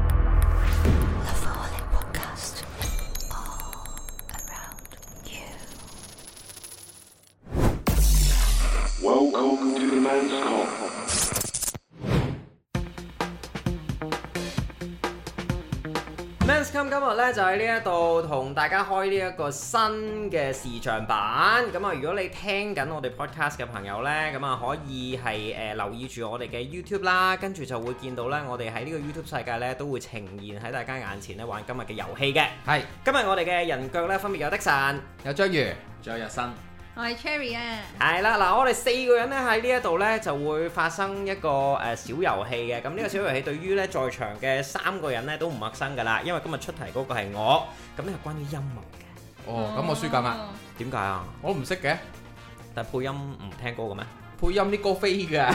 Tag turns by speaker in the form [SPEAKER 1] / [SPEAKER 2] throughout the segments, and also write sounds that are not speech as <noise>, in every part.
[SPEAKER 1] The Falling Podcast. All around you.
[SPEAKER 2] Welcome to the man's call.
[SPEAKER 3] Men's Come 今日咧就喺呢一度同大家開呢一個新嘅視像版。咁啊，如果你聽緊我哋 podcast 嘅朋友呢，咁啊可以係誒、呃留意住我哋嘅 YouTube 啦，跟住就會見到呢，我哋喺呢個 YouTube 世界呢，都會呈現喺大家眼前咧玩今日嘅遊戲嘅。
[SPEAKER 4] 係
[SPEAKER 3] 今日我哋嘅人腳呢，分別有的神。
[SPEAKER 4] 有章魚，仲有日新，
[SPEAKER 5] 我係 Cherry 啊，
[SPEAKER 3] 係啦，嗱，我哋四個人咧喺呢一度咧就會發生一個誒、呃小遊戲嘅，咁呢個小遊戲對於咧在場嘅三個人咧都唔陌生噶啦，因為今日出題嗰個係我，咁咧係關於音樂
[SPEAKER 4] 哦，咁我輸緊啦，
[SPEAKER 5] 哦，
[SPEAKER 3] 嘅，點解啊？
[SPEAKER 4] 我唔識嘅，
[SPEAKER 3] 但配音唔聽歌嘅咩？
[SPEAKER 4] 配音啲歌飛㗎，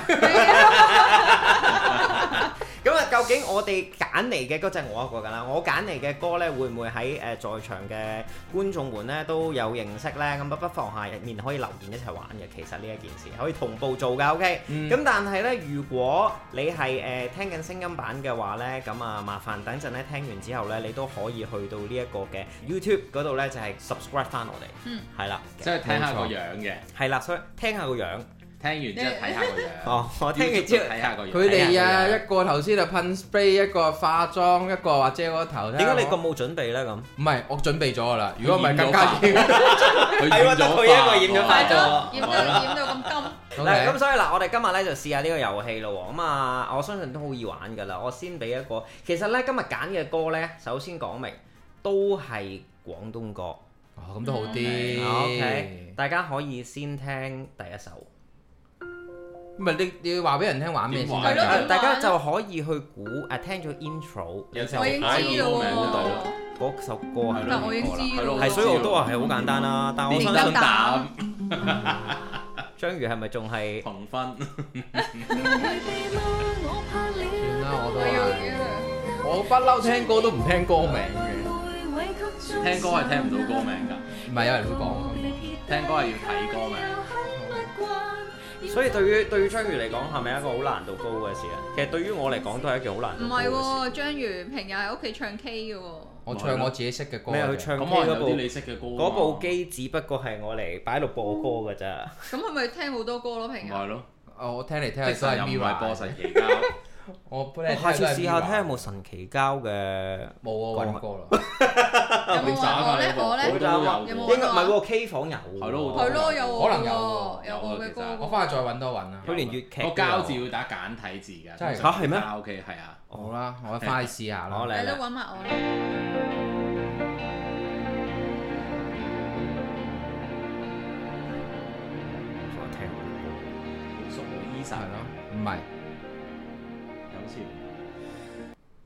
[SPEAKER 3] 咁啊，究竟我哋揀嚟嘅嗰陣我一個㗎啦，我揀嚟嘅歌咧會唔會喺誒、呃在場嘅觀眾們咧都有認識咧？咁不不妨下面可以留言一齊玩嘅，其實呢一件事可以同步做㗎，OK？
[SPEAKER 4] 嗯
[SPEAKER 3] 咁但係咧，如果你係誒、呃、聽緊聲音版嘅話咧，咁啊麻煩等陣咧聽完之後咧，你都可以去到呢一個嘅 YouTube 嗰度咧，就係、subscribe 翻我哋。
[SPEAKER 5] 嗯。
[SPEAKER 3] 係啦，
[SPEAKER 6] 即係睇下個樣嘅，
[SPEAKER 3] 係啦，所以聽下個樣。
[SPEAKER 6] 聽完之後睇下個樣。
[SPEAKER 3] 哦，我聽 <laughs> 完之後，
[SPEAKER 6] 睇下個樣。
[SPEAKER 4] 佢哋啊，
[SPEAKER 6] 睇下
[SPEAKER 4] 一個頭先就噴 spray，一個化妝，一個話遮個頭。
[SPEAKER 3] 點解你咁
[SPEAKER 4] 咁？
[SPEAKER 3] 冇準備咧？咁
[SPEAKER 4] 唔係，我準備咗㗎啦。如果唔係
[SPEAKER 6] 佢染
[SPEAKER 4] 更
[SPEAKER 6] 咗
[SPEAKER 4] 加
[SPEAKER 6] 髮個樣
[SPEAKER 3] 係喎得佢一個染咗
[SPEAKER 5] 快
[SPEAKER 3] 髮
[SPEAKER 5] 咗，
[SPEAKER 3] 咗
[SPEAKER 5] 染到染到咁金，
[SPEAKER 3] 嗱，咁
[SPEAKER 4] ，OK，
[SPEAKER 3] 所以嗱，我哋今日咧就試下呢個遊戲咯喎，咁啊，我相信都好易玩噶啦。我先俾一個，其實咧今日揀嘅歌咧，首先講明都係廣東歌
[SPEAKER 4] 哦，咁都好啲。
[SPEAKER 3] ，OK，大家可以先聽第一首，
[SPEAKER 4] 唔係你你要話俾人聽玩咩先
[SPEAKER 6] 係
[SPEAKER 5] 係
[SPEAKER 4] 得
[SPEAKER 5] 咯點
[SPEAKER 4] 㗎？
[SPEAKER 5] 玩
[SPEAKER 3] 大家就可以去估，誒聽咗 intro，
[SPEAKER 6] 有
[SPEAKER 3] 你
[SPEAKER 6] 時
[SPEAKER 3] 就
[SPEAKER 6] 候
[SPEAKER 5] 我已經知
[SPEAKER 6] 我
[SPEAKER 5] 咯
[SPEAKER 6] 估
[SPEAKER 3] 嗰首歌係
[SPEAKER 5] 嗱我已經知
[SPEAKER 6] 係
[SPEAKER 5] 咯
[SPEAKER 6] 咯，
[SPEAKER 3] 係，所以我都話係好簡單啦。但我
[SPEAKER 6] 連
[SPEAKER 3] 相
[SPEAKER 6] 得
[SPEAKER 3] 信
[SPEAKER 5] 膽
[SPEAKER 6] 膽
[SPEAKER 3] 章魚係咪仲係
[SPEAKER 6] 同分，
[SPEAKER 5] 喎，我
[SPEAKER 4] 算啦，我都話，
[SPEAKER 5] 要
[SPEAKER 4] 我不嬲聽歌都唔聽歌名嘅，
[SPEAKER 6] 聽歌係聽唔到歌名㗎，
[SPEAKER 4] 唔係有人會講。
[SPEAKER 6] 聽歌係要睇歌名。
[SPEAKER 3] 所以對於對於章魚嚟講係咪一個好難度高嘅事啊？其實對於我嚟講都係一件好難
[SPEAKER 5] 唔
[SPEAKER 3] 度高嘅
[SPEAKER 5] 係
[SPEAKER 3] 事。
[SPEAKER 5] 喎，章魚平日喺屋企唱 K 嘅喎，
[SPEAKER 4] 我唱我自己識嘅歌
[SPEAKER 3] 咩
[SPEAKER 4] 嘅
[SPEAKER 3] 去唱
[SPEAKER 6] 咁
[SPEAKER 3] K
[SPEAKER 6] 可能
[SPEAKER 3] 嗰
[SPEAKER 6] 有
[SPEAKER 3] 部
[SPEAKER 6] 啲你識嘅歌。
[SPEAKER 3] 嗰部。機只不過係我嚟擺度播歌㗎咋。
[SPEAKER 5] 咁係咪聽好多歌咯？平日
[SPEAKER 6] 咪係咯，
[SPEAKER 4] 哦我聽嚟聽
[SPEAKER 6] 即
[SPEAKER 4] 去都係
[SPEAKER 6] 係又唔係
[SPEAKER 4] Mirror
[SPEAKER 6] 波神奇交，
[SPEAKER 4] 我
[SPEAKER 3] 我下次試下睇下有
[SPEAKER 4] 冇。
[SPEAKER 3] 冇神奇膠嘅。
[SPEAKER 4] 冇啊，揾過啦。
[SPEAKER 5] 有冇話我咧？我
[SPEAKER 6] 我
[SPEAKER 5] 咧
[SPEAKER 6] 都有
[SPEAKER 5] 有
[SPEAKER 6] 喎
[SPEAKER 5] 冇
[SPEAKER 3] 應該唔係喎，K 房有。
[SPEAKER 6] 係咯好
[SPEAKER 5] 係
[SPEAKER 6] 多
[SPEAKER 5] 咯，有我
[SPEAKER 4] 可能有
[SPEAKER 5] 喎
[SPEAKER 6] 有
[SPEAKER 5] 有我嘅
[SPEAKER 6] 其實
[SPEAKER 4] 我
[SPEAKER 5] 歌，
[SPEAKER 4] 翻去再揾多揾啦。
[SPEAKER 3] 佢連粵劇
[SPEAKER 6] 個
[SPEAKER 3] 都有
[SPEAKER 6] 膠字要打簡體字㗎。
[SPEAKER 4] 真係㗎
[SPEAKER 3] 嚇係咩
[SPEAKER 6] ？O K 係啊，
[SPEAKER 4] 好啦，我翻去試下啦。
[SPEAKER 3] 我
[SPEAKER 5] 你都
[SPEAKER 3] 嚟啦。
[SPEAKER 5] 揾埋我啦，
[SPEAKER 3] 我聽
[SPEAKER 6] 熟女 Eason
[SPEAKER 4] 係
[SPEAKER 6] 咯，
[SPEAKER 4] 咯，唔係
[SPEAKER 6] 有似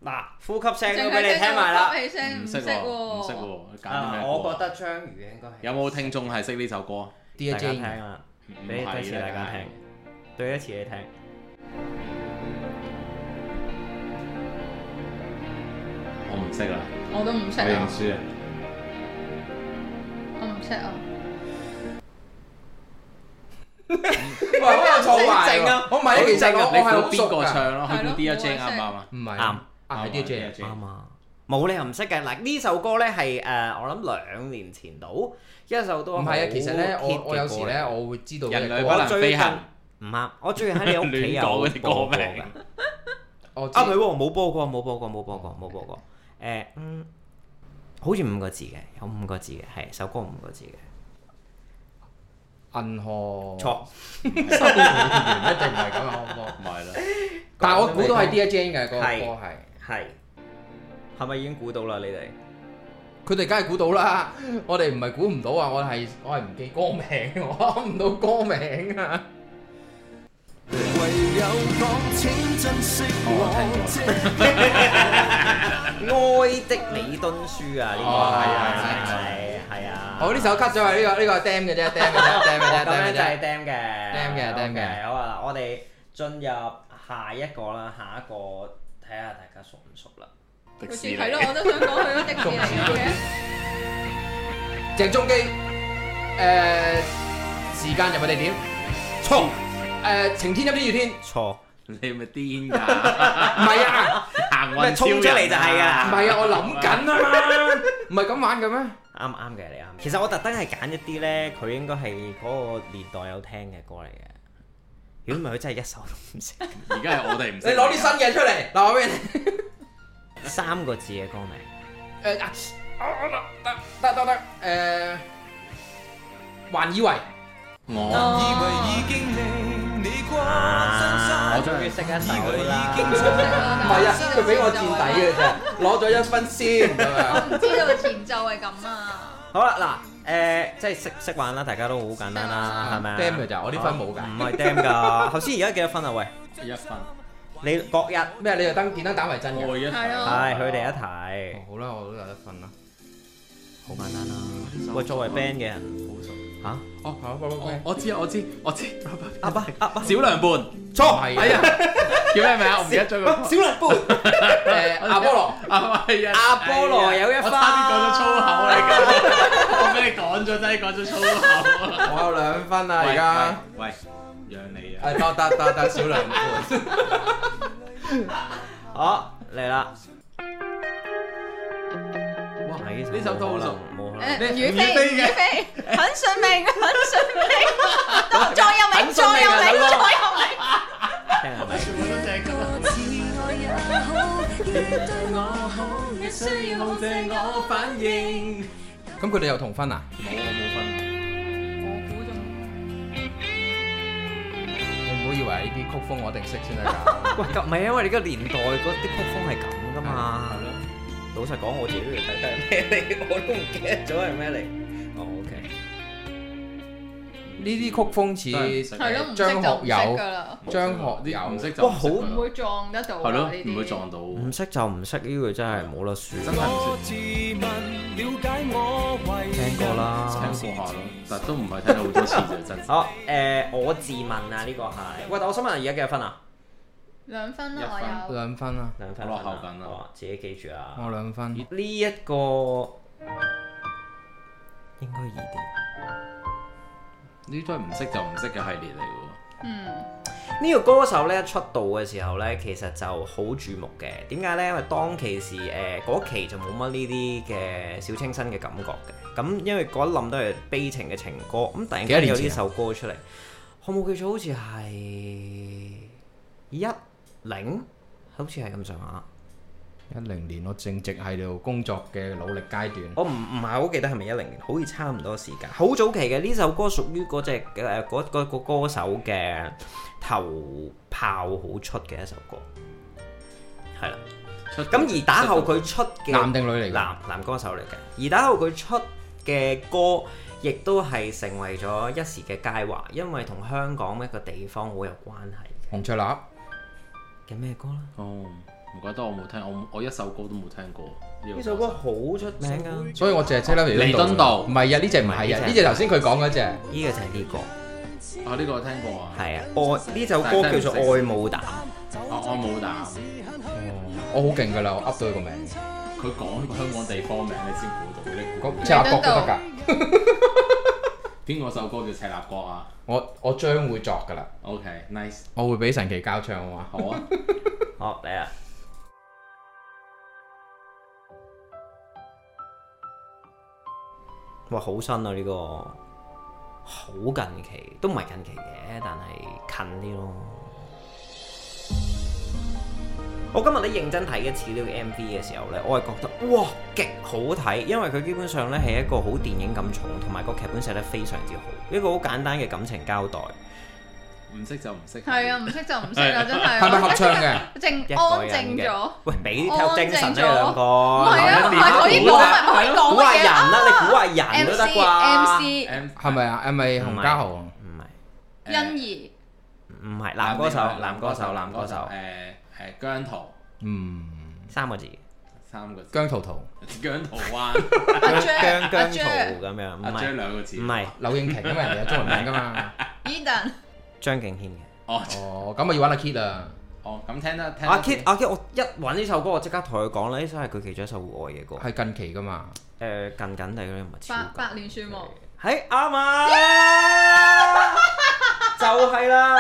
[SPEAKER 3] 嗱，呼吸聲都
[SPEAKER 5] 淨
[SPEAKER 3] 俾你
[SPEAKER 5] 係
[SPEAKER 3] 聽埋啦。
[SPEAKER 5] 聽吸氣聲，
[SPEAKER 6] 唔
[SPEAKER 5] 唔
[SPEAKER 6] 識
[SPEAKER 5] 識
[SPEAKER 6] 喎，唔識
[SPEAKER 5] 喎，
[SPEAKER 6] 喎，揀啲咩
[SPEAKER 3] 啊，
[SPEAKER 6] 歌？
[SPEAKER 3] 我覺得章魚應該係
[SPEAKER 6] 有冇聽眾係識呢首歌？
[SPEAKER 3] 大家
[SPEAKER 4] DJ
[SPEAKER 3] 聽啊？
[SPEAKER 6] 唔
[SPEAKER 3] 俾多次
[SPEAKER 6] 係
[SPEAKER 3] 大
[SPEAKER 6] 啦
[SPEAKER 3] 家聽，對一次你聽。
[SPEAKER 6] 我唔識啦，
[SPEAKER 5] 我都唔識
[SPEAKER 6] 我認
[SPEAKER 5] 啊，
[SPEAKER 6] 輸啊！
[SPEAKER 5] 我唔識啊。
[SPEAKER 4] 喂，我有錯
[SPEAKER 3] 正啊
[SPEAKER 4] 我唔係，其實我
[SPEAKER 6] 你
[SPEAKER 4] 我係
[SPEAKER 6] 估
[SPEAKER 4] 好
[SPEAKER 6] 邊
[SPEAKER 4] 熟
[SPEAKER 6] 個
[SPEAKER 4] 㗎。
[SPEAKER 6] 唱咯？
[SPEAKER 5] 係
[SPEAKER 6] 佢
[SPEAKER 5] 咯
[SPEAKER 6] 估 DJ
[SPEAKER 5] 我係
[SPEAKER 6] 啱唔
[SPEAKER 5] 識
[SPEAKER 6] 啱啊？
[SPEAKER 4] 唔係
[SPEAKER 3] 啱
[SPEAKER 4] 啊，係 DJ
[SPEAKER 6] 啱啊
[SPEAKER 3] 啱啊！冇理由唔識嘅嗱，呢首歌咧係誒我諗兩年前到，一首都
[SPEAKER 4] 唔係啊，其實咧，我我有時咧，
[SPEAKER 3] 咧
[SPEAKER 4] 我會知道
[SPEAKER 6] 人類
[SPEAKER 4] 嘅
[SPEAKER 6] 不
[SPEAKER 4] 歌，
[SPEAKER 6] 能飛行，
[SPEAKER 3] 唔啱，我最近喺你屋
[SPEAKER 4] <laughs>
[SPEAKER 3] 企有
[SPEAKER 6] 亂講嗰啲歌
[SPEAKER 3] 播過
[SPEAKER 6] 名
[SPEAKER 3] 㗎。
[SPEAKER 4] 我知
[SPEAKER 3] 啊，唔係喎，冇播過，冇播過，冇播過，冇播過。誒、嗯，好似五個字嘅，有五個字嘅，係首歌五個字嘅。
[SPEAKER 4] 銀河 <laughs>
[SPEAKER 3] 錯，
[SPEAKER 4] 收唔完一定唔係咁啊，我
[SPEAKER 6] 唔係啦，
[SPEAKER 4] 但係我估到係 DJ 嘅嗰個
[SPEAKER 3] 係
[SPEAKER 4] 歌係，
[SPEAKER 3] 係係咪已經估到啦？你哋
[SPEAKER 4] <laughs> 佢哋梗係估到啦，我哋唔係估唔到啊，我係我係唔記歌名， <laughs> 我諗唔到歌名啊。
[SPEAKER 3] 愛的美敦書啊，呢個
[SPEAKER 4] 哦
[SPEAKER 3] 係
[SPEAKER 4] 係
[SPEAKER 3] 啊
[SPEAKER 4] 啊
[SPEAKER 3] 係啊係啊。
[SPEAKER 4] 好，呢首 cut 咗啊！呢個呢個係 dam 嘅啫，dam 嘅啫，dam 嘅啫
[SPEAKER 3] 咁樣就
[SPEAKER 4] ，dam 嘅
[SPEAKER 3] 係
[SPEAKER 4] 啫。
[SPEAKER 3] 釘嘅
[SPEAKER 4] Damn 嘅 Damn 嘅
[SPEAKER 3] OK，好啊，我哋進入下一個啦，下一個睇下大家熟唔熟啦。
[SPEAKER 6] 迪
[SPEAKER 5] 好似
[SPEAKER 6] 士尼
[SPEAKER 5] 係咯，我都想講佢咯，迪士尼嘅，
[SPEAKER 4] 鄭中基，誒時間入嘅地點，
[SPEAKER 3] 錯
[SPEAKER 4] 誒晴天陰天雨天，
[SPEAKER 3] 錯，
[SPEAKER 6] 你咪癲㗎，
[SPEAKER 4] 唔係啊，
[SPEAKER 6] 行
[SPEAKER 3] 咪
[SPEAKER 6] 運
[SPEAKER 3] 衝
[SPEAKER 6] 超
[SPEAKER 3] 出嚟就係㗎
[SPEAKER 4] 唔
[SPEAKER 3] 啦
[SPEAKER 4] 係啊，我諗緊啊嘛，唔係咁玩嘅咩？
[SPEAKER 3] 啱啱嘅你啱。其實我特登係揀一啲咧，佢應該係嗰個年代有聽嘅歌嚟嘅。如果唔係，佢真係一 <laughs> 首都唔識。
[SPEAKER 6] 而家係我哋唔識。
[SPEAKER 4] 你攞啲新嘢出嚟，嗱我俾你聽。
[SPEAKER 3] 三個字嘅歌名，
[SPEAKER 4] 誒啊啊啊得得得得誒，還以為
[SPEAKER 6] 我
[SPEAKER 5] 哦
[SPEAKER 3] 啊
[SPEAKER 6] 我真係
[SPEAKER 3] 終於識一首啦。
[SPEAKER 4] 唔係啊，佢俾我墊底嘅啫，攞咗一分先咁樣。
[SPEAKER 5] 我唔知道前奏係咁啊，
[SPEAKER 3] 好啦，嗱，誒、即係識識玩啦，大家都好簡單啦，係咪啊
[SPEAKER 4] Dam 嘅咋我呢
[SPEAKER 3] Ờ.
[SPEAKER 4] 分冇㗎
[SPEAKER 3] 唔係 dam 㗎。頭先而家幾多分啊？喂，
[SPEAKER 6] 一分，
[SPEAKER 3] 你各一，係
[SPEAKER 4] 咩？你又登電燈膽為真嘅？
[SPEAKER 6] 我一
[SPEAKER 5] 係咯
[SPEAKER 3] 佢哋一題，
[SPEAKER 4] 好啦，我都有得瞓啦。
[SPEAKER 3] 好簡單啦。喂，作為 band 嘅人，
[SPEAKER 6] 好熟。
[SPEAKER 3] 嚇、啊，
[SPEAKER 4] 哦，好，好，好
[SPEAKER 6] 我，我知啊我知我知，
[SPEAKER 3] 阿爸阿爸，
[SPEAKER 6] 小良伴。
[SPEAKER 4] 錯，係
[SPEAKER 6] 哎呀
[SPEAKER 4] 啊，， <laughs>
[SPEAKER 6] 叫咩名啊？我唔記得咗個。
[SPEAKER 3] 小林杯，
[SPEAKER 4] 誒，阿波羅，
[SPEAKER 6] 啊，係啊，
[SPEAKER 3] 阿波羅有一分
[SPEAKER 6] 我差啲講咗粗口嚟㗎，我俾你講咗，真係講咗粗口啊！
[SPEAKER 4] 我有兩分啦，而家。
[SPEAKER 6] 喂，喂讓你啊！
[SPEAKER 4] 誒，得得得得，小兩半。
[SPEAKER 3] 好嚟啦。哇，呢
[SPEAKER 6] 呢首都好熟，
[SPEAKER 3] 冇可能。
[SPEAKER 5] 誒，
[SPEAKER 6] 你
[SPEAKER 5] 雨
[SPEAKER 6] 雨
[SPEAKER 5] 飛
[SPEAKER 6] 飛
[SPEAKER 5] 雨
[SPEAKER 6] 嘅
[SPEAKER 5] 飛，很順命，很順命，再有名，
[SPEAKER 4] 很
[SPEAKER 5] 再
[SPEAKER 4] 順命
[SPEAKER 5] 有
[SPEAKER 4] 啊
[SPEAKER 5] 名，
[SPEAKER 4] 大佬
[SPEAKER 5] 再有名。
[SPEAKER 3] 聽下
[SPEAKER 6] 我全部都正㗎
[SPEAKER 4] 咁佢哋又同分啊？
[SPEAKER 6] 冇我冇分，
[SPEAKER 5] 我估中，
[SPEAKER 4] 你唔好以為呢啲曲風我一定識先得㗎。
[SPEAKER 3] 喂，咁唔係因為你個年代嗰啲曲風係咁噶
[SPEAKER 4] À,
[SPEAKER 3] 嘛？
[SPEAKER 6] 係咯。
[SPEAKER 3] 老實講，我自己都要睇睇係咩嚟，我都唔記得咗係咩嚟。哦，OK，
[SPEAKER 4] 呢啲曲風
[SPEAKER 6] 真係唔
[SPEAKER 4] 似
[SPEAKER 6] 識
[SPEAKER 5] 係咯，唔識
[SPEAKER 4] 張
[SPEAKER 5] 就唔
[SPEAKER 4] 學友
[SPEAKER 5] 識噶啦，
[SPEAKER 4] 張學友
[SPEAKER 6] 啲唔識就
[SPEAKER 3] 哇好
[SPEAKER 5] 唔
[SPEAKER 6] 唔
[SPEAKER 5] 會撞得到啊。
[SPEAKER 6] 係咯，
[SPEAKER 5] 呢啲
[SPEAKER 6] 唔會撞到，
[SPEAKER 3] 唔識就唔識，呢句真係冇得
[SPEAKER 6] 真
[SPEAKER 3] 輸。
[SPEAKER 6] 係唔識。
[SPEAKER 3] 聽過啦。
[SPEAKER 6] 聽過下咯，但都唔係聽咗好多次嘅真係。
[SPEAKER 3] 好，誒，我自問啊，呢個係。喂，但我想問而家幾多分啊？
[SPEAKER 5] 兩分
[SPEAKER 6] 一
[SPEAKER 5] 啦，
[SPEAKER 6] 分
[SPEAKER 5] 我有。
[SPEAKER 4] 兩分啊，
[SPEAKER 3] 兩分。
[SPEAKER 6] 我落後緊啦
[SPEAKER 3] 哇，自己記住啊。
[SPEAKER 4] 我兩分。
[SPEAKER 3] 呢一個應該易啲。
[SPEAKER 6] 呢都係唔識就唔識嘅系列嚟嘅喎。
[SPEAKER 5] 嗯，
[SPEAKER 3] 呢個歌手咧出道嘅時候咧，其實就好注目嘅。點解咧？因為當其時誒嗰、期就冇乜呢啲嘅小清新嘅感覺嘅。咁因為嗰一冧都係悲情嘅情歌，咁突然間有
[SPEAKER 4] 幾多年前啊
[SPEAKER 3] 呢首歌出嚟，我冇記錯好似係一零，好似係咁上下。
[SPEAKER 4] 一零年我正值喺度工作嘅努力階段。
[SPEAKER 3] 我唔唔係好記得係咪一零年，好似差唔多時間，好早期嘅呢首歌屬於嗰只誒嗰嗰個歌手嘅頭炮好出嘅一首歌，係啦。
[SPEAKER 6] 出
[SPEAKER 3] 咁而打後佢出嘅
[SPEAKER 4] 男定女嚟㗎？
[SPEAKER 3] 男男歌手嚟嘅，而打後佢出嘅歌，亦都係成為咗一時嘅佳話，因為同香港一個地方好有關係
[SPEAKER 4] 洪卓立。
[SPEAKER 3] 嘅咩歌啦？
[SPEAKER 6] 哦，唔怪得我冇聽，我我一首歌都冇聽過呢個
[SPEAKER 3] 呢首歌好出名啊噶，呢
[SPEAKER 4] 所以我淨係車粒
[SPEAKER 6] 彌敦道
[SPEAKER 4] 唔係啊，呢只唔係啊，呢只頭先佢講嗰只。
[SPEAKER 3] 個就係呢個，
[SPEAKER 6] 啊，呢個我聽過啊，
[SPEAKER 3] 係啊，愛呢首歌叫做《愛冇膽》。
[SPEAKER 6] 啊，我冇膽，
[SPEAKER 4] 哦我好勁㗎啦，我噏到佢個名，
[SPEAKER 6] 佢講個香港地方名你先估到你估
[SPEAKER 4] 咁赤鱲角都得㗎。
[SPEAKER 6] 邊個首歌叫赤鱲角啊
[SPEAKER 4] 我我將會作㗎啦，
[SPEAKER 6] ？OK，nice，
[SPEAKER 5] <laughs>
[SPEAKER 4] 我會俾神奇交唱好嘛？
[SPEAKER 6] 好啊，
[SPEAKER 3] 好嚟啦！啊哇，好新啊！呢、個好近期，都唔係近期嘅，但係近啲咯。我今日咧認真睇嘅資料 M V 嘅時候咧，我係覺得哇極好睇，因為佢基本上咧係一個好電影咁重，同埋個劇本寫得非常之好，一個好簡單嘅感情交代。
[SPEAKER 6] 唔識就唔識，
[SPEAKER 5] 係啊，唔識就唔識啦，真係。
[SPEAKER 4] 係咪合唱嘅？
[SPEAKER 5] 靜
[SPEAKER 3] 一個
[SPEAKER 5] 安
[SPEAKER 3] 人
[SPEAKER 5] 靜
[SPEAKER 3] 嘅
[SPEAKER 5] 咗。，
[SPEAKER 3] 喂，俾啲體育精神呢
[SPEAKER 5] 安靜咗
[SPEAKER 3] 兩個，
[SPEAKER 5] 唔係啊，
[SPEAKER 3] 諗
[SPEAKER 5] 唔
[SPEAKER 3] 一啲
[SPEAKER 5] 係可以
[SPEAKER 6] 估
[SPEAKER 5] 講
[SPEAKER 6] 啦
[SPEAKER 5] 咪唔可以講
[SPEAKER 3] 估
[SPEAKER 5] 乜
[SPEAKER 3] 下
[SPEAKER 5] 嘢
[SPEAKER 3] 人
[SPEAKER 5] 啦
[SPEAKER 3] 啦，你估下
[SPEAKER 5] <laughs>
[SPEAKER 3] 人都得啩？
[SPEAKER 5] ？MC
[SPEAKER 4] 係咪啊？係咪洪嘉豪？
[SPEAKER 3] 唔係，
[SPEAKER 5] 欣怡
[SPEAKER 3] 唔係男歌手，男歌手，男歌手，
[SPEAKER 6] 誒誒姜濤
[SPEAKER 4] 嗯，
[SPEAKER 3] 三個字，
[SPEAKER 6] 三個字，
[SPEAKER 4] 姜濤濤、 <laughs>
[SPEAKER 6] 姜濤灣，
[SPEAKER 5] 阿 Jer
[SPEAKER 3] 姜
[SPEAKER 5] 阿
[SPEAKER 3] 姜
[SPEAKER 5] Jer
[SPEAKER 3] 濤咁樣，唔
[SPEAKER 6] 阿張
[SPEAKER 3] 係
[SPEAKER 6] 兩個字，
[SPEAKER 3] 唔係
[SPEAKER 4] 柳應廷，因為人哋有中文名㗎嘛。
[SPEAKER 5] Eden
[SPEAKER 3] 張敬軒嘅。
[SPEAKER 6] 哦
[SPEAKER 4] 哦，咁啊要揾阿 Kit 啦。
[SPEAKER 6] 哦，咁聽得聽得
[SPEAKER 3] 阿 Kit 阿 Kit，我一揾呢首歌，我即刻同佢講啦，呢首係佢其中一首愛嘅歌。
[SPEAKER 4] 係近期噶嘛？
[SPEAKER 3] 誒近緊地嗰啲唔係超
[SPEAKER 5] 百
[SPEAKER 3] 近。
[SPEAKER 5] 百年樹木，
[SPEAKER 3] 係啱啊！就係啦。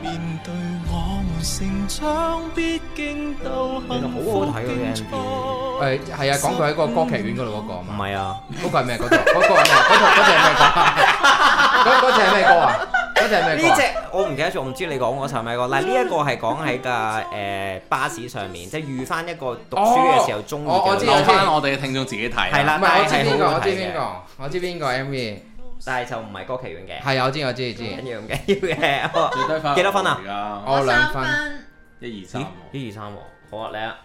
[SPEAKER 2] 面對我成長必經到
[SPEAKER 3] 原來
[SPEAKER 2] 幸
[SPEAKER 3] 好
[SPEAKER 2] 福
[SPEAKER 3] 好睇嗰啲
[SPEAKER 2] 競
[SPEAKER 3] MV
[SPEAKER 2] 賽。
[SPEAKER 4] 誒係啊，講佢喺個歌劇院嗰度嗰個啊
[SPEAKER 3] 唔
[SPEAKER 4] 嘛。
[SPEAKER 3] 係啊，
[SPEAKER 4] 嗰個係咩嗰個？嗰個係咩？嗰套嗰隻係 <laughs> 咩歌啊？嗰嗰隻係咩歌啊？嗰隻係
[SPEAKER 3] 呢
[SPEAKER 4] 咩歌啊？
[SPEAKER 3] 只我唔記得咗，唔知你講嗰首係咪歌。嗱，呢一個係講喺架誒巴士上面，即係遇翻一個讀書嘅時候中意
[SPEAKER 4] 哦我我知
[SPEAKER 3] 嘅
[SPEAKER 4] 我
[SPEAKER 6] 留
[SPEAKER 3] 人，
[SPEAKER 4] 知
[SPEAKER 6] 翻我哋嘅聽眾自己睇。
[SPEAKER 3] 係啦
[SPEAKER 4] 唔係我知
[SPEAKER 3] 但係
[SPEAKER 4] 邊個，
[SPEAKER 3] 係好好
[SPEAKER 4] 我知
[SPEAKER 3] 睇嘅
[SPEAKER 4] 邊個，我知邊個 M V。
[SPEAKER 3] 但係就唔係歌劇院嘅，
[SPEAKER 4] 係啊，我知我知我
[SPEAKER 3] 緊
[SPEAKER 4] 知。
[SPEAKER 3] 要唔緊要嘅。我
[SPEAKER 6] 最低分
[SPEAKER 3] 幾多分啊
[SPEAKER 6] 而家
[SPEAKER 4] 我兩
[SPEAKER 5] 三
[SPEAKER 4] 分。
[SPEAKER 5] 分，
[SPEAKER 6] 一二三
[SPEAKER 3] 咦，一二三喎，好啊，你啊，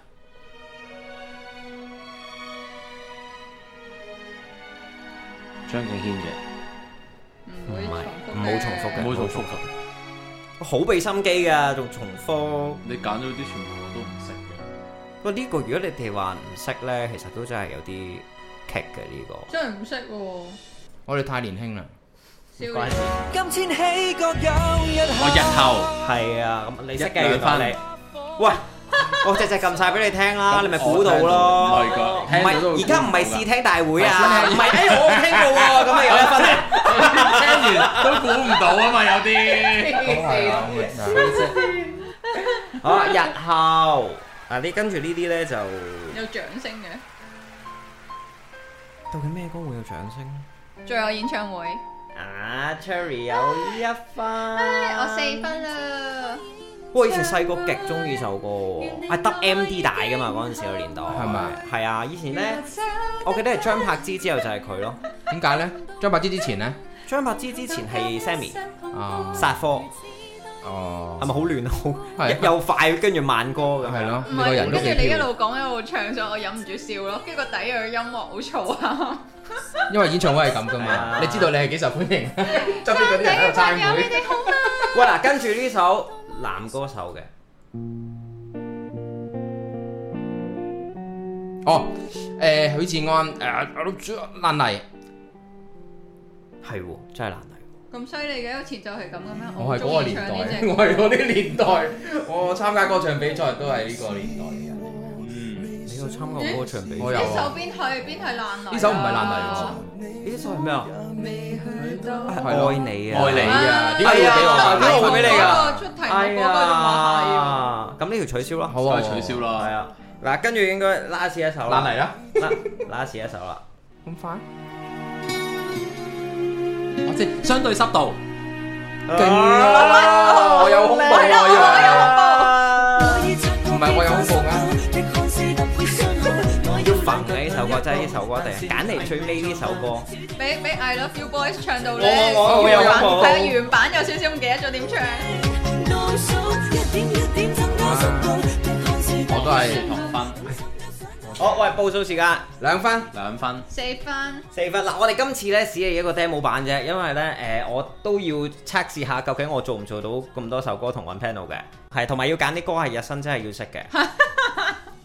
[SPEAKER 6] 張敬軒嘅
[SPEAKER 5] 唔會
[SPEAKER 3] 唔係
[SPEAKER 5] 重複
[SPEAKER 3] 唔好重複嘅
[SPEAKER 6] 唔好重複㗎，
[SPEAKER 3] 好俾心機㗎，仲重複。
[SPEAKER 6] 你揀咗啲全部我都唔識嘅。
[SPEAKER 3] 不過呢個如果你哋話唔識咧，其實都真係有啲棘嘅呢個。
[SPEAKER 5] 真係唔識喎，
[SPEAKER 4] 我哋太年輕啦。
[SPEAKER 5] 少
[SPEAKER 3] 關事
[SPEAKER 5] 爺。
[SPEAKER 2] 今天起各有一
[SPEAKER 6] 我日後。
[SPEAKER 3] 係啊，咁你識嘅
[SPEAKER 6] 一
[SPEAKER 3] 原
[SPEAKER 6] 兩分
[SPEAKER 3] 來你。喂，我隻隻撳晒俾你聽啦，你咪估到
[SPEAKER 6] 唔
[SPEAKER 3] 咯。
[SPEAKER 6] 係㗎，
[SPEAKER 3] 唔
[SPEAKER 6] 聽到
[SPEAKER 3] 係，
[SPEAKER 6] 都會
[SPEAKER 3] 而家唔係
[SPEAKER 6] 估到㗎
[SPEAKER 3] 試聽大會啊，唔係，哎，我聽過喎，咁咪有一分
[SPEAKER 6] <laughs>
[SPEAKER 3] 啊。
[SPEAKER 6] <laughs> 聽完都估唔到啊嘛，有啲
[SPEAKER 4] 好係啊，我明啊
[SPEAKER 3] 好啦，日後嗱，你跟住呢啲咧就
[SPEAKER 5] 有掌聲嘅，
[SPEAKER 3] 到底咩歌會有掌聲咧？
[SPEAKER 5] 最後演唱會，
[SPEAKER 3] 啊，Cherry 有一分，
[SPEAKER 5] 我
[SPEAKER 3] 哎我
[SPEAKER 5] 四分啦，
[SPEAKER 3] 我以前細個極中意首歌喎，啊係得 M D 帶噶嘛嗰陣時個年代，係
[SPEAKER 4] 咪？
[SPEAKER 3] 係啊，以前咧，我記得係張柏芝之後就係佢咯。
[SPEAKER 4] 點解咧？張柏芝之前咧？
[SPEAKER 3] 張柏芝之前係 Sammy
[SPEAKER 4] 啊
[SPEAKER 3] 殺科，
[SPEAKER 4] 哦
[SPEAKER 3] 係咪好亂啊好？
[SPEAKER 4] 係
[SPEAKER 3] 又快跟住慢歌咁。
[SPEAKER 4] 係。咯，
[SPEAKER 5] 唔
[SPEAKER 4] 你個人
[SPEAKER 5] 係，
[SPEAKER 4] 都
[SPEAKER 5] 跟
[SPEAKER 4] 幾
[SPEAKER 5] 住你一
[SPEAKER 4] 飄
[SPEAKER 5] 路講一路唱，所以我忍唔住笑咯，跟住個底又有音樂好嘈啊，
[SPEAKER 4] 因為演唱會係咁噶
[SPEAKER 3] 係啊
[SPEAKER 4] 嘛，你知道你係幾受歡迎，周邊嗰啲人喺度
[SPEAKER 5] 朋友
[SPEAKER 4] 參
[SPEAKER 5] 你
[SPEAKER 4] 會。
[SPEAKER 5] 哋好嗎？
[SPEAKER 3] 喂嗱，跟住呢首男歌手嘅，
[SPEAKER 4] 哦，誒許志安誒我諗住爛泥，
[SPEAKER 3] 係喎，真係難嚟。
[SPEAKER 5] 咁犀利嘅，前奏係咁嘅咩？
[SPEAKER 4] 我係
[SPEAKER 5] 中
[SPEAKER 4] 嗰個
[SPEAKER 5] 意
[SPEAKER 4] 年
[SPEAKER 5] 唱
[SPEAKER 4] 代 <laughs>
[SPEAKER 5] 呢，隻
[SPEAKER 4] 我係嗰啲年代，我參加歌唱比賽都係呢個年代嘅人嚟嘅。
[SPEAKER 3] 你有參加過歌唱比
[SPEAKER 4] 我
[SPEAKER 3] 賽？
[SPEAKER 4] 有
[SPEAKER 5] 呢首邊係邊係爛泥？
[SPEAKER 4] 呢首唔係爛
[SPEAKER 3] 呢首係咩啊？
[SPEAKER 4] 泥喎，係咯
[SPEAKER 3] 愛你啊！
[SPEAKER 4] 愛你啊，點
[SPEAKER 3] 哎
[SPEAKER 4] 解會俾
[SPEAKER 3] 呀
[SPEAKER 4] 我
[SPEAKER 3] 點解會俾你㗎
[SPEAKER 5] 嗰個出題
[SPEAKER 3] 哎
[SPEAKER 5] 目嗰個仲話
[SPEAKER 3] 呀，咁呢條取消啦。哦
[SPEAKER 4] 好
[SPEAKER 6] 所
[SPEAKER 4] 啊，
[SPEAKER 6] 以取消
[SPEAKER 3] 係
[SPEAKER 6] 啦。
[SPEAKER 3] 啊，嗱，跟住應該拉屎一首啦。
[SPEAKER 4] 爛泥啦，
[SPEAKER 3] 拉拉屎一首啦。
[SPEAKER 4] 咁快？
[SPEAKER 6] 我知相對濕度，
[SPEAKER 4] 勁啊！我有恐怖啊，以為
[SPEAKER 1] 唔
[SPEAKER 4] 唔係我有恐怖啊。
[SPEAKER 3] 要焚嘅呢首歌，真係呢首歌，定係揀嚟最尾呢首歌？
[SPEAKER 5] 要俾俾 I Love You Boys 唱到咧，
[SPEAKER 3] 我我我有
[SPEAKER 5] 原版
[SPEAKER 3] 我
[SPEAKER 5] 係啊原版有少少唔記得咗點唱。
[SPEAKER 4] 我都係
[SPEAKER 6] 同分
[SPEAKER 3] 好，喂，報數時間。
[SPEAKER 4] 兩分。
[SPEAKER 6] 兩分，
[SPEAKER 5] 四分，
[SPEAKER 3] 四分嗱，我哋今次咧只係一個 demo 版啫，因為咧誒、我都要測試下究竟我做唔做到咁多首歌同揾 panel 嘅，係同埋要揀啲歌係日新真係要識嘅。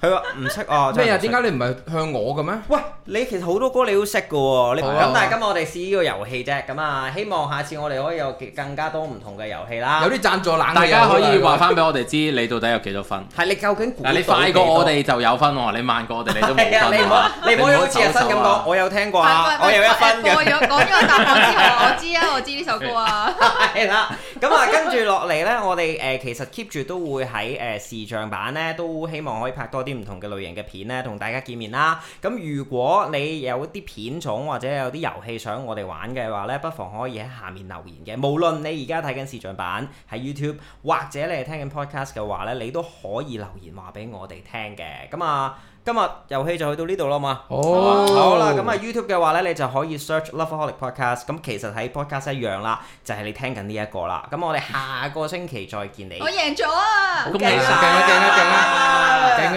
[SPEAKER 3] 佢話唔識啊，真
[SPEAKER 4] 咩
[SPEAKER 3] 係
[SPEAKER 4] 啊？
[SPEAKER 3] 唔識
[SPEAKER 4] 點解你唔係向我嘅咩？
[SPEAKER 3] 喂，你其實好多歌你都識嘅喎，你
[SPEAKER 4] 好啊
[SPEAKER 3] 咁但係今日我哋試呢個遊戲啫，咁啊希望下次我哋可以有更加多唔同嘅遊戲啦。
[SPEAKER 4] 有啲贊助冷嘅
[SPEAKER 6] 大家可以
[SPEAKER 4] 有啊
[SPEAKER 6] 話翻俾我哋知你到底有幾多分。
[SPEAKER 3] 係你究竟估
[SPEAKER 6] 嗱，你
[SPEAKER 3] 到
[SPEAKER 6] 快
[SPEAKER 3] 幾
[SPEAKER 6] 過
[SPEAKER 3] 多
[SPEAKER 6] 我哋就有分喎，你慢過我哋你都
[SPEAKER 3] <laughs>
[SPEAKER 6] 冇
[SPEAKER 3] 係啊，
[SPEAKER 6] 分。
[SPEAKER 3] 你唔好你唔好好似日新咁講，我有聽過啊，我有一分
[SPEAKER 5] 過
[SPEAKER 3] 嘅。
[SPEAKER 5] 咗講咗個答案之後，我知啊，我知呢首歌啊。
[SPEAKER 3] 係啦，咁啊，跟住落嚟呢，我哋誒、其實 keep 住都會喺誒、視像版呢，都希望可以拍多啲唔同嘅類型嘅片呢，同大家見面啦。咁如果你有啲片種或者有啲遊戲想我哋玩嘅話呢，不妨可以喺下面留言嘅。無論你而家睇緊視像版喺 YouTube，或者你係聽緊 podcast 嘅話呢，你都可以留言話俾我哋聽嘅。咁啊，今日遊戲就去到呢度啦嘛。
[SPEAKER 4] 哦，
[SPEAKER 3] 好啦，咁啊 YouTube 嘅話咧，你就可以 search Loveaholic Podcast。咁其實喺 podcast 一樣啦，就係、你聽緊呢一個啦。咁我哋下個星期再見你。
[SPEAKER 5] 我贏咗啊！
[SPEAKER 6] 恭喜
[SPEAKER 4] 勁
[SPEAKER 6] 晒
[SPEAKER 4] 啊勁啊勁啊勁啊！勁